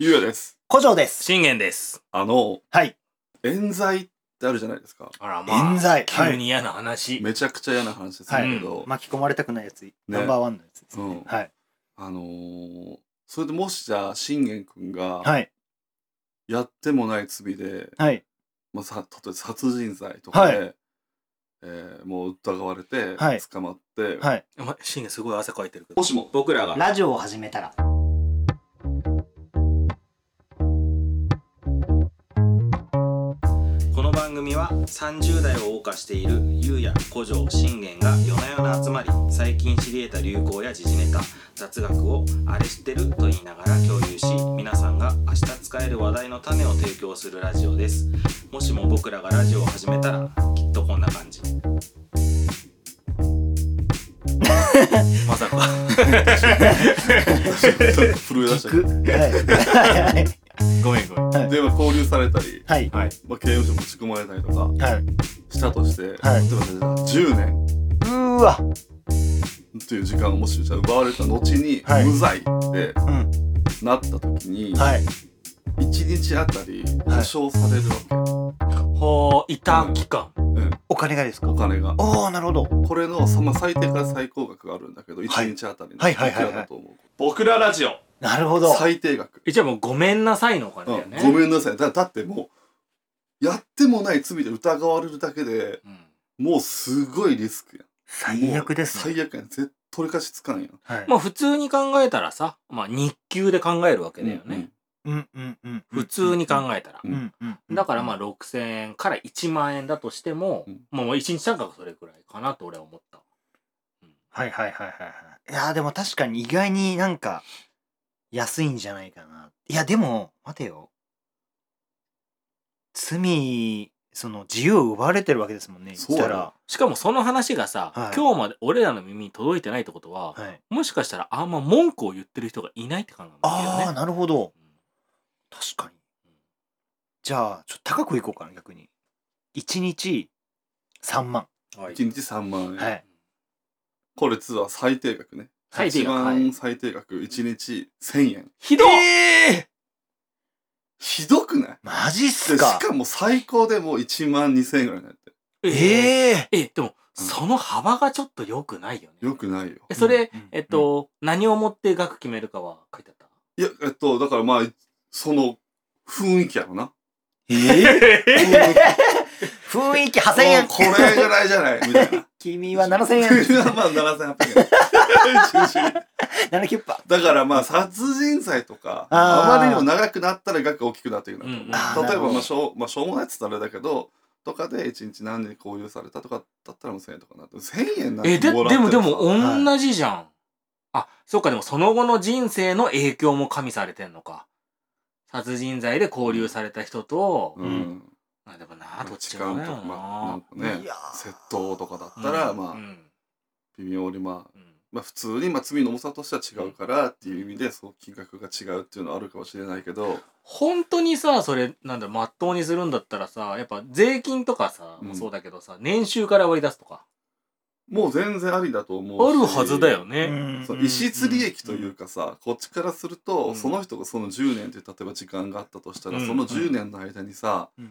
ゆうやです。古城です。信玄です。あの、はい。冤罪ってあるじゃないですか。あらまあ。冤罪。急に嫌な話。めちゃくちゃ嫌な話ですはい。けはどい、、巻き込まれたくないやつ、ナンバーワンのやつです。うんはい。あのーそれでもしじゃあ、信玄君が、はい。やってもない罪で、はい。まあ、さ例えば殺人罪とかで、はえーもう疑われて、はい捕まって、はい。お前、信玄すごい汗かいてるけども。しも、僕らが。ラジオを始めたらこの番組は30代を謳歌しているゆうや古城信玄が夜な夜な集まり最近知り得た流行や時事ネタ雑学をあれ知ってると言いながら共有し皆さんが明日使える話題の種を提供するラジオですもしも僕らがラジオを始めたらきっとこんな感じ まさかちょっと 震え出した聞く。はい。ごめんごめんり、で、まあ交留されたり、はい。はい。まあ、刑務所持ち込まれたりとかはい。したとして、はい例えばじゃあ10年うーわ。っていう時間をもしじゃあ奪われた後に、はい無罪ってうん。なった時に、はい。一日あたり保証されるわけ、ほういた期間お金がですかお金がおー、なるほど。これのその最低から最高額があるんだけど一はい日あたりのはいはいはいはいくらだと思う僕らラジオなるほど。最低額、一応もうごめんなさいのお金うだよんね、ごめんなさいだだってもうやってもない罪で疑われるだけでうんもうすごいリスクやん最悪ですもう最ね。悪やん絶取り返しつかんやんはい。まあ普通に考えたらさ、まあ日給で考えるわけだよね。うんうんうん。普通に考えたら。ううんうん。だからまああ、 6000円から1万円だとしても、うんもう1日単価がそれくらいかなと俺は思った。はいはいはいはいはい。いやーでも確かに意外になんか、安いんじゃないかな。いや、でも、待てよ。罪、その自由を奪われてるわけですもんね。そう言ったら。しかもその話がさ、はい今日まで俺らの耳に届いてないってことは、はい。もしかしたらあんま文句を言ってる人がいないって感じなんだあけどあ、ね。なるほど。うん確かに。じゃあ、ちょっと高くいこうかな、逆に。1日3万。はい1日3万円、はいこれ実は最低額ね最低一額はい番最低額1日1000円ひどっ、ひどくないマジっすでしかかも最高でも1万2000円ぐらいになってええええでも、その幅がちょっと良くないよね。よくないよえそれ、うんうんえっと、何をもって額決めるかは書いてあったいやえっとだからまあその雰囲気やろなえ雰囲気 雰囲気8000円これぐらいじゃないみたいな君は7000円円まあ7800円7キュッパだからまあ殺人罪とかあーあまりにも長くなったら額が大きくなっていくなと思う、うんあー例えなるほばどまあしょう、まあ、しょうもないっつったらあれだけどとかで1日何人購入されたとかだったらもう1000円とかになって1000円なんてえでもらってでももでさも同じじゃん、あそっかでもその後の人生の影響も加味されてんのか殺人罪で拘留された人と、ううんまあでもなどっち痴も漢だとよかまなあなんかいねやー窃盗とかだったらうんまあうん微妙にまあうんまあ普通にまあ罪の重さとしては違うからっていう意味でその金額が違うっていうのはあるかもしれないけど本当にさそれなんだろうまっとうにするんだったらさやっぱ税金とかさ、うんそうだけどさ年収から割り出すとかもう全然ありだと思あうしるはずだよね、そう石釣り益といううかさ、こっちからすると、うんその人がその10年って例えば時間があったとしたら、うんその10年の間にさん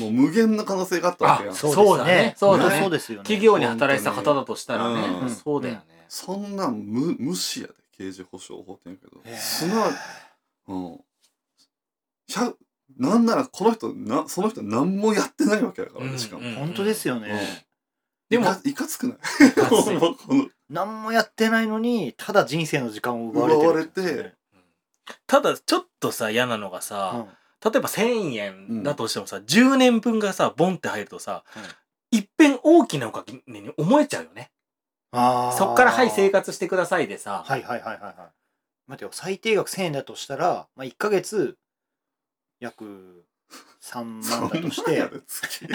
もう無限の可能性があったわけやんあそそうそうだだねねそそううだねだねそうですよね企業に働いてた方だとしたらね、うんそうだよね、んなん無無視やで刑事保障法って言うけどへーすなわち、うん、ひゃなんならこの人なその人何もやってないわけやからね、しかも、うんうん本当ですよね、でもいかいかつくないかついこの何もやってないのにただ人生の時間を奪われてる奪われてただちょっとさ嫌なのがさ、うん例えば1,000円だとしてもさ、10年分がさボンって入るとさ、いっぺん大きなお金に思えちゃうよねあーそっから「はい生活してください」でさ、はいはいはいはいはい待てよ最低額1000円だとしたら、まあ、1ヶ月約3 そ万だんとしなんやてで月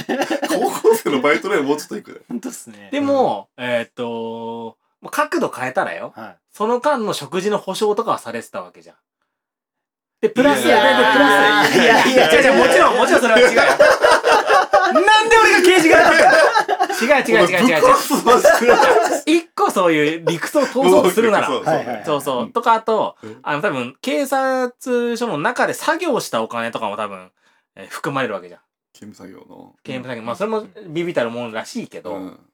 高校生のバイト代もうちょっといくね本当っすねでも、えーっとまあ角度変えたらよはその間の食事の保証とかはされてたわけじゃん。でプラスやいやいやでプラスいやいやいや違う違うもちろんもちろんそれは違うよ。なんで俺が刑事がだったの 違う違う違う違う違うぶっ殺すマジで一個そういう理屈を通そうとするならそうそうはいはいそうそう。とか、あとうん、あの、多分、警察署の中で作業したお金とかも多分、えー含まれるわけじゃん。刑務作業の刑務作業。まあ、それもビビたるものらしいけど、うん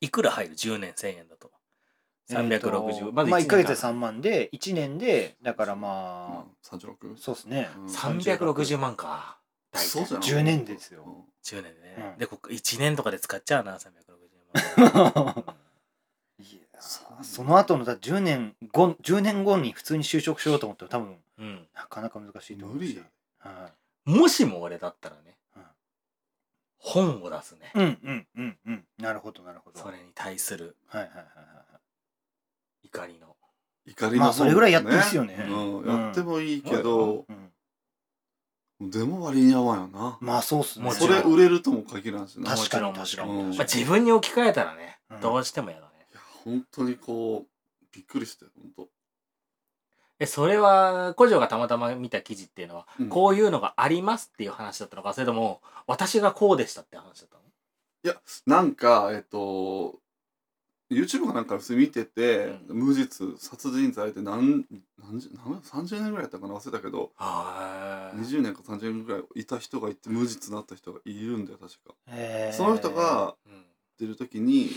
いくら入る ?10 年1000円だと。えーと360。ままずあ1ヶ月で3 3万で1年でだからまあ、三十六そうですね、 360万か。大体そうじゃん10年ですよ10年でね。うんで、こ1年とかで使っちゃうな、360万。 いやーその後のだ10年後10年後に普通に就職しようと思っても多分うん。なかなか難しいと思う無し理はもしも俺だったらねうん、本を出すねい、。うんうんうんうんなるほどなるほどそれに対するはいはいはいはい怒りの。怒りまのあそれぐらいやってほましいよねうんうんやってもいいけどうんでも割に合わんよなまあそうっすねもちそろんれ売れるとも限らんしな確かにも確ちかろんにもちまあ、ろん自分に置き換えたらね、うんどうしてもやだね。いや本当にこうびっくりして本え、それは、古城がたまたま見た記事っていうのは、当こういうのがありますっていう話だったのか、それとも、私がこうでしたって話だったのいやなんかえっと YouTube かなんか普通に見てて、うん無実殺人罪で何何十何30年ぐらいやったかな忘れたけどはー20年か30年ぐらいいた人がいて無実になった人がいるんだよ確か、へーその人がうん出る時に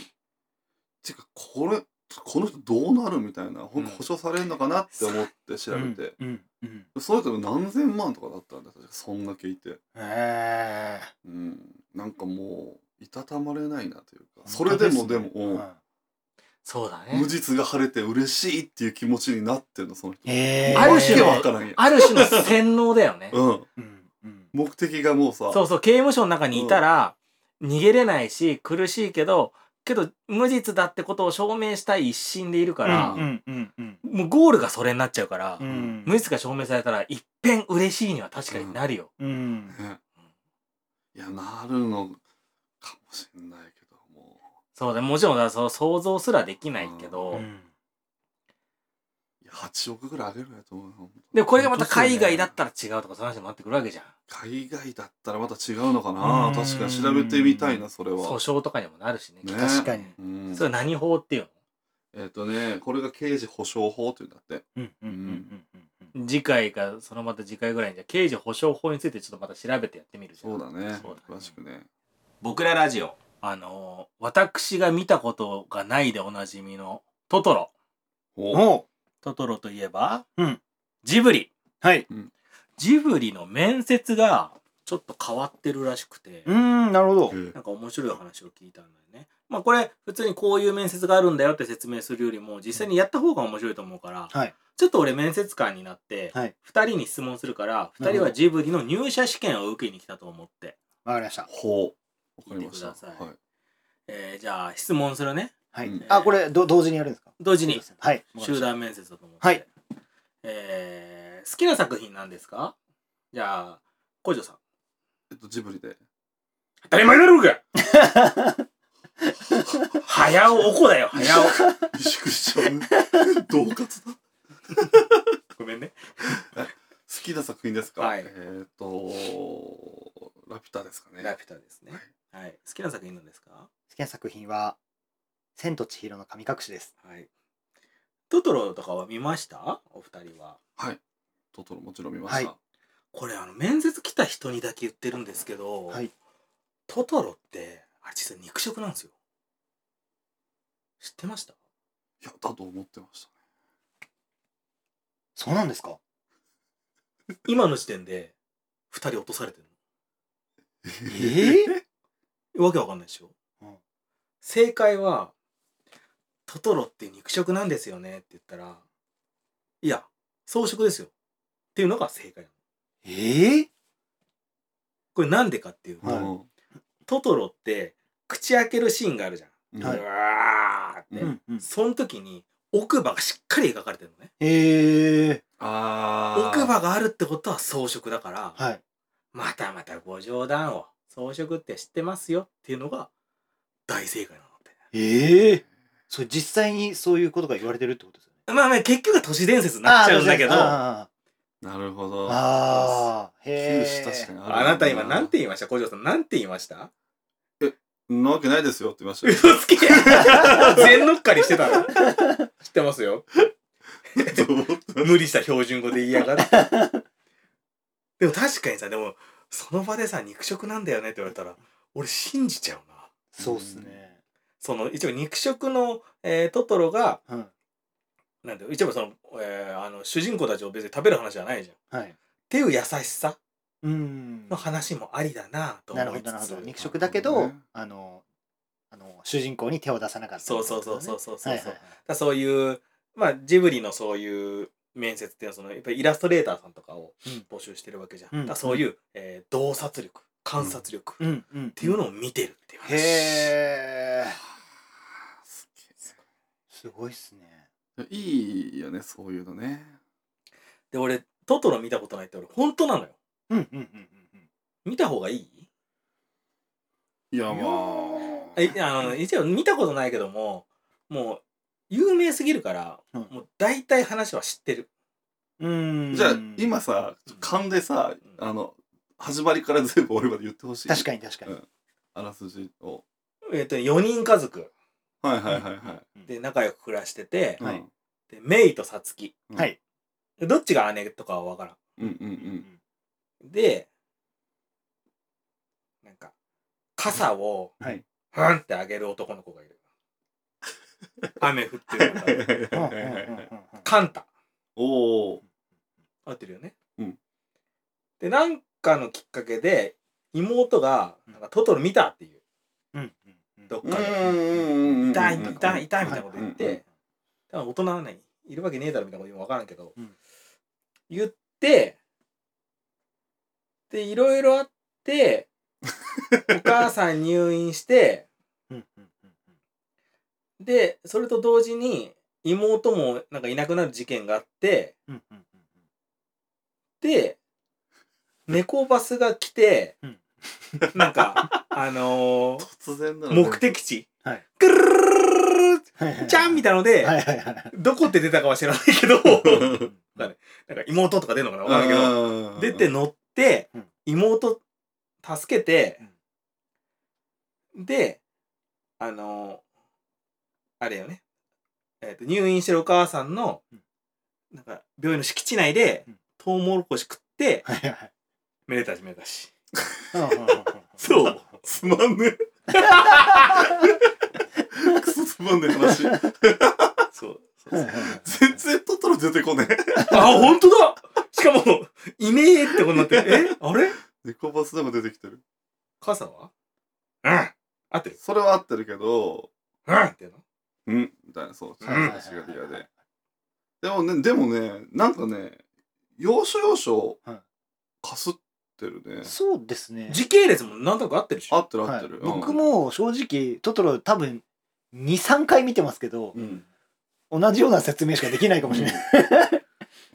てかこれこの人どうなるみたいな、ほんとうん保証されるのかなって思って調べて、うんうんその人も何千万とかだったんだよ確かそんだけいて、へえうん、なんかもういたたまれないなというかそれでもでも、うんそうだね無。実が晴れて嬉しいっていう気持ちになってるのその人えあるわ種けのわからんやある種の洗脳だよね。うんうんうん目的がもうさそうそう、刑務所の中にいたら、逃げれないし、苦しいけど、けど、無実だってことを証明したい一心でいるから、うんうんうんもうゴールがそれになっちゃうから、うん無実が証明されたら、一変嬉しいには確かになるよ。うんねいやなるのかもしれないけどもそうだ、もちろんだ、そう想像すらできないけど、うんういや8億ぐらいあげるやと思うよほんとでもこれがまた海外だっ本たら違うとかそういう話になってくるわけじゃん。海外だったらまた違うのかなうん確かに調べてみたいなそれは訴訟とかにもなるしね。ね確かにうんそれ何法っていうえっ、とねこれが刑事保障法というんだってうんうんうんうんうんの次回か、そのまた次回ぐらいに、じゃあ刑事保障法についてちょっとまた調べてやってみるじゃそん。うだねそうだ詳しくね僕らラジオ。あのー私が見たことがないでおなじみのトトロ。おおトトロといえば、うんジブリ。はいジブリの面接がちょっと変わってるらしくて。うんなるほどうんなんか面白い話を聞いたんだよね。まあこれ普通にこういう面接があるんだよって説明するよりも実際にやった方が面白いと思うから、はいちょっと俺面接官になってはい2人に質問するからなる2人ほどはジブリの入社試験を受けに来たと思って、わかりましたほうわかりました聞いてくださいはい。えーじゃあ質問するねはいうんあ、これ、ど、同時にやるんですか同時にはい。集。団面接だと思って、はいえー好きな作品なんですかじゃあ小城さんえっとジブ リで当たり前だろうが早尾おこだ よ早尾 萎縮しちゃうどうかつだごめんね好きな作品ですか、はいえっ、とラピュタですかねラピュタですねはい好きな作品なんですか好きな作品は、千と千尋の神隠しです。はい。トトロとかは見ましたお二人は。はいトトロもちろん見ました、はこれあの面接来た人にだけ言ってるんですけど、はいトトロってあれ実は肉食なんですよ。知ってましたいやだと思ってましそうなんですか今の時点で二人落とされてるたねえ ぇの。わけわかんないでしょ、うん正解は、トトロって肉食なんですよねって言ったら、いや、草食ですよ。っていうのが正解なの。えぇこれなんでかっていうと、はトトロって口開けるシーンがあるじゃん。い、はいうわーって、うんうんその時に奥歯がしっかり描かれてるのねえぇあー奥歯があるってことは装飾だから、はい。またまたご冗談を装飾って知ってますよっていうのが大正解なのってえぇそれ実際にそういうことが言われてるってことですよね。まあね結局は都市伝説になっちゃうんだけどああなるほーどあー、九死へぇ確かにあるなた今なんて言いました小城さんなんて言いましたなわけないですよって言いましたよ嘘つけ全のっかりしてた の知ってますよ。と思って 無理した標準語で言いやが って。でも確かにさ、でも、その場でさ、肉食なんだよねって言われたら、俺信じちゃうな。 そうっすね。その、一応肉食の、えートトロが、うん。なんていうの一応その、えーあの、主人公たちを別に食べる話じゃないじゃん。っはい。ていう優しさうん。の話もありだなとなるほ思いつつ。どなるほど。肉食だけど、あのあの主人公に手を出さなかったってそことうそね、うそうそうそうそう。はいはいはいだからそういう、まあ、ジブリのそういう面接っていうのはそのやっぱりイラストレーターさんとかをうん募集してるわけじゃん、うんだからそういう、えー洞察力観察力っうんうん。っていうのを見てるっていう話、へえ。すごいっすね。いいよねそういうのねで俺トトロ見たことないって俺本当なのようんうんうんうん見た方がいいいやまあえあの一応見たことないけどももう有名すぎるから、うんもう大体話は知ってるうん。うーんじゃあ今さ勘でさあの始まりから全部俺まで言ってほしい確かに確かに。うんあらすじをえっ、と4人家族はいはいはいはいいで仲良く暮らしてて、うんはいでメイとサツキうんはいでどっちが姉とかは分からんうんうんううんで、なんか、傘を、はいふんってあげる男の子がいる。雨降って る中、うんうんはいはいはいはいうんうんカンタ。おお合ってるよね。うんで、なんかのきっかけで、妹が、なんかトトロ見たっていう、うんうんうんどっうんかで、うんうん痛い、痛い、い痛いみたいなこと言っはいて、多分大人はね、いるわけねえだろみたいなこと今わからんけど、うん言って、で、いろいろあって、 お母さん入院して、うんうんうんうんで、それと同時に、妹もなんかいなくなる事件があって、うんうんうんで、猫バスが来て、うんなんか、あのー突然だな目的地、はいくるるるるるはいはいはいじゃんみたいので、はいはいはいはいどこって出たかは知らないけど、うんなんか妹とか出るのかなわかんないけど、あ出て乗ってうん、妹助けて、で、あのーあれよね、えーと、入院してるお母さんのうん、なんか病院の敷地内でうん、トウモロコシ食って、はいはいはいめでたしめでたし。うんうんうんうん そう。つまん ねえクソつまんねえ話そう。うんうんうん全然トトロ出てこねえあ、本当だしかも、いねえってことになって、えあれ猫バスでも出てきてる傘はうん。合ってるそれは合ってるけどうんっていうのうんみたいなそううん話がリアででもねでもねなんかね要所要所うんかすってるねそうですね時系列もなんとなく合ってるでしょ合ってる合ってるはい、僕うんも正直トトロ多分23回見てますけど、うん同じような説明しかできないかもしれない、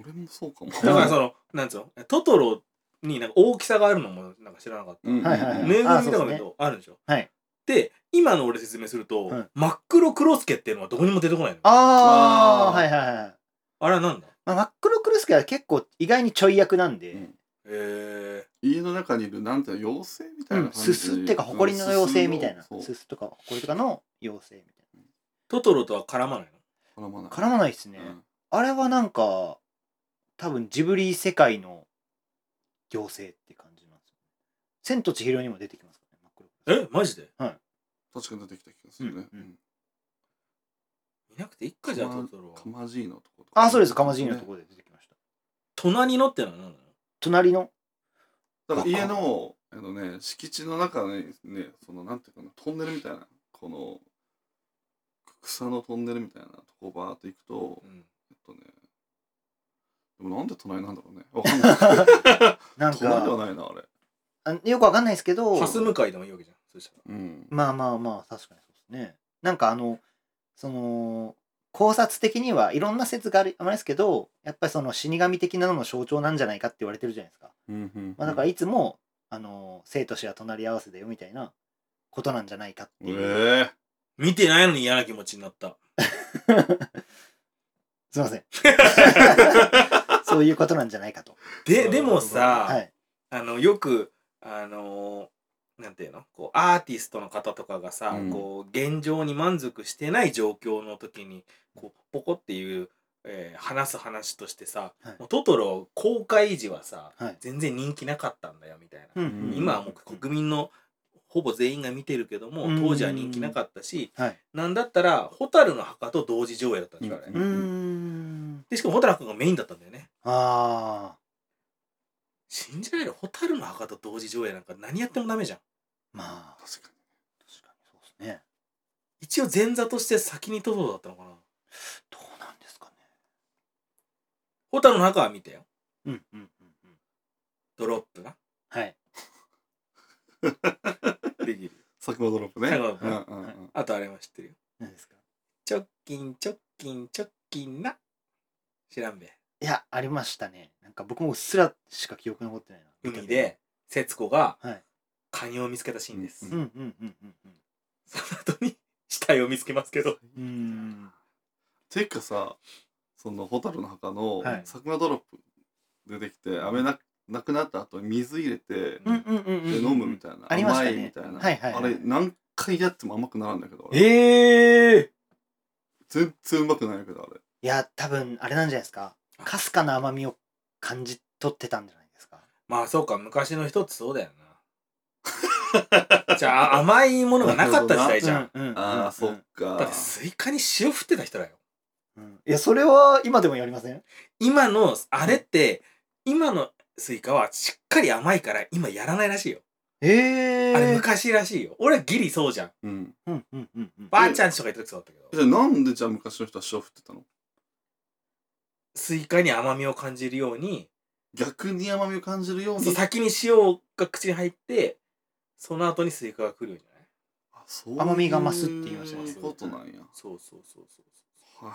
俺もそうかもだからその、なんつうのトトロになんか大きさがあるのもなんか知らなかった。うんはいはいはいぬいぐるあそみうですとか見ねるとあるでしょはいで、今の俺説明すると、はい真っ黒クロスケっていうのはどこにも出てこないの。ああああーはいはいはい、れはなんだまあ、真っ黒クルスケは結構意外にちょい役なんで、うんへ家の中にいるなんていうの妖精みたういんな感じすすっていうか埃の妖精みたいなそうすすとか埃とかの妖精みたいトトロとは絡まない絡まないな絡まないですね、うんあれはなんか多分ジブリ世界の妖精って感じなんですよ千と千尋にも出てきますからね真っ黒クルの。えマジで確かに出てきた気がするねうんうんいなくていっかじゃあトトロはか。まじいのとことスケあそうですかまじいのところで出てきました隣のってのは何なの隣のだから家のあの、ね、敷地の中にねそのなんていうかなトンネルみたいなこの草のトンネルみたいなとこバーっと行くと、うんえっとねでもなんで隣なんだろうねわかんないなん 隣ではかないなあれあよくわかんないですけどハス向かいでもいいわけじゃん。そしたら。うんまあまあまあ確かにそうですねなんかあのその考察的にはいろんな説があるありますけどやっぱりその死神的なのの象徴なんじゃないかって言われてるじゃないですか、うんうんまあ、だからいつも、あの生と死は隣り合わせだよみたいなことなんじゃないかってええいう、見てないのに嫌な気持ちになった。 すいません そういうことなんじゃないかとで、でもさ、はいあの、よく、あのなんていうのこうアーティストの方とかがさ、うんこう現状に満足してない状況の時にこうポコっていう、えー話す話としてさ、はいもうトトロ公開時はさ、はい全然人気なかったんだよみたいな、うんうん今はもう国民のほぼ全員が見てるけども、うん当時は人気なかったし、はいなんだったら「蛍の墓」と同時上映だったんでしょあれ、うんうーんでしかも蛍の墓がメインだったんだよねああ信じられる蛍の墓と同時上映なんか何やってもダメじゃんまあ確か確かにそうですね一応前座として先にトトロだったのかなどうなんですかね蛍の墓は見てようんうんうんうんドロップなはいできる佐久間ドロップね。佐久間ドロうんうんうんあとあれも知ってるよ何ですかチョッキンチョッキンチョッキンな知らんべいやありましたねなんか僕もうっすらしか記憶に残ってないな海で節子がはいカニを見つけたシーンです、ううんうんうんうんうんその後に死体を見つけますけどうーんていうかさ、その蛍の墓のはい佐久間ドロップ出てきて、飴ななくなった後に水入れて、うんうんうんうんで飲むみたいな、ありました甘ねいみたいな、はいはいはいあれ何回やっても甘くならんだけどあれええー、全然うまくないけどあれいや多分あれなんじゃないですかかすかな甘みを感じ取ってたんじゃないですかまあそうか昔の人ってそうだよなじゃあ甘いものがなかった時代じゃん、うんうんうんああ、そっかだってスイカに塩振ってた人だようんいやそれは今でもやりません今のあれって今のスイカはしっかり甘いから今やらないらしいよええー、あれ昔らしいよ俺はギリそうじゃんうんうんうんうんうんばあちゃんちとか言った時そうだったけどじゃあなんでじゃあ昔の人は塩振ってたのスイカに甘みを感じるように逆に甘みを感じるようにそう先に塩が口に入ってその後にスイカが来るんじゃないあそう甘みが増すって言いましたねそういうことなんやそうそうそうそうはい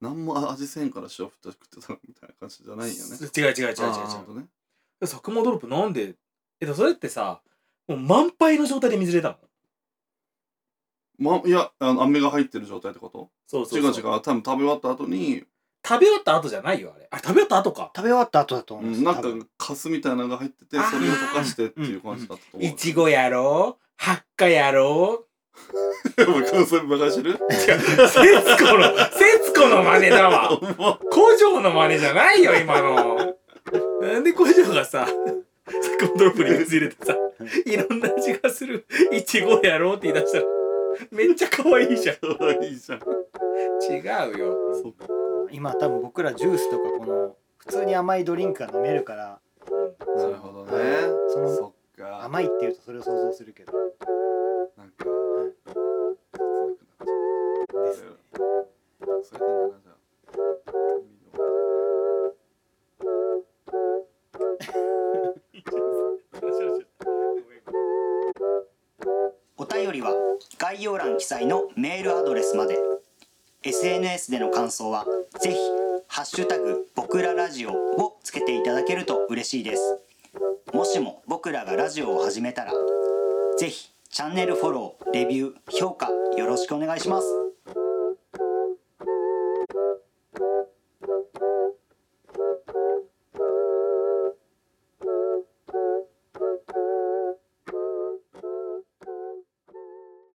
何も味せんから塩振って食ってたみたいな感じじゃないんやね違う違う違う違う違うあーなるほどねで佐久間ドロップなんでえでもそれってさもう満杯の状態で水入れたのま、いやあの飴が入ってる状態ってことそうそうそう違う違う多分食べ終わった後に、食べ終わった後じゃないよあれあれ食べ終わった後か食べ終わった後だと思ううんでん、すなんか多分カスみたいなのが入っててあーそれを溶かしてっていう感じだったと思ういちごやろうハッカやろうお前関西バカしてるいや、節子の、節子の真似だわ。古城の真似じゃないよ、今の。なんで古城がさ、サクドロップに水入れてさ、いろんな味がする、いちごやろうって言い出したら、めっちゃ可愛いじゃん。可愛いじゃん違うよ。今多分僕らジュースとかこの普通に甘いドリンクが飲めるからなるほどねそのそっか甘いっていうとそれを想像するけどなんかそうくなっちゃうですそねうやってんだなじゃあお便りは概要欄記載のメールアドレスまで SNS での感想はぜひハッシュタグ僕らラジオをつけていただけると嬉しいですもしも僕らがラジオを始めたらぜひチャンネルフォローレビュー評価よろしくお願いします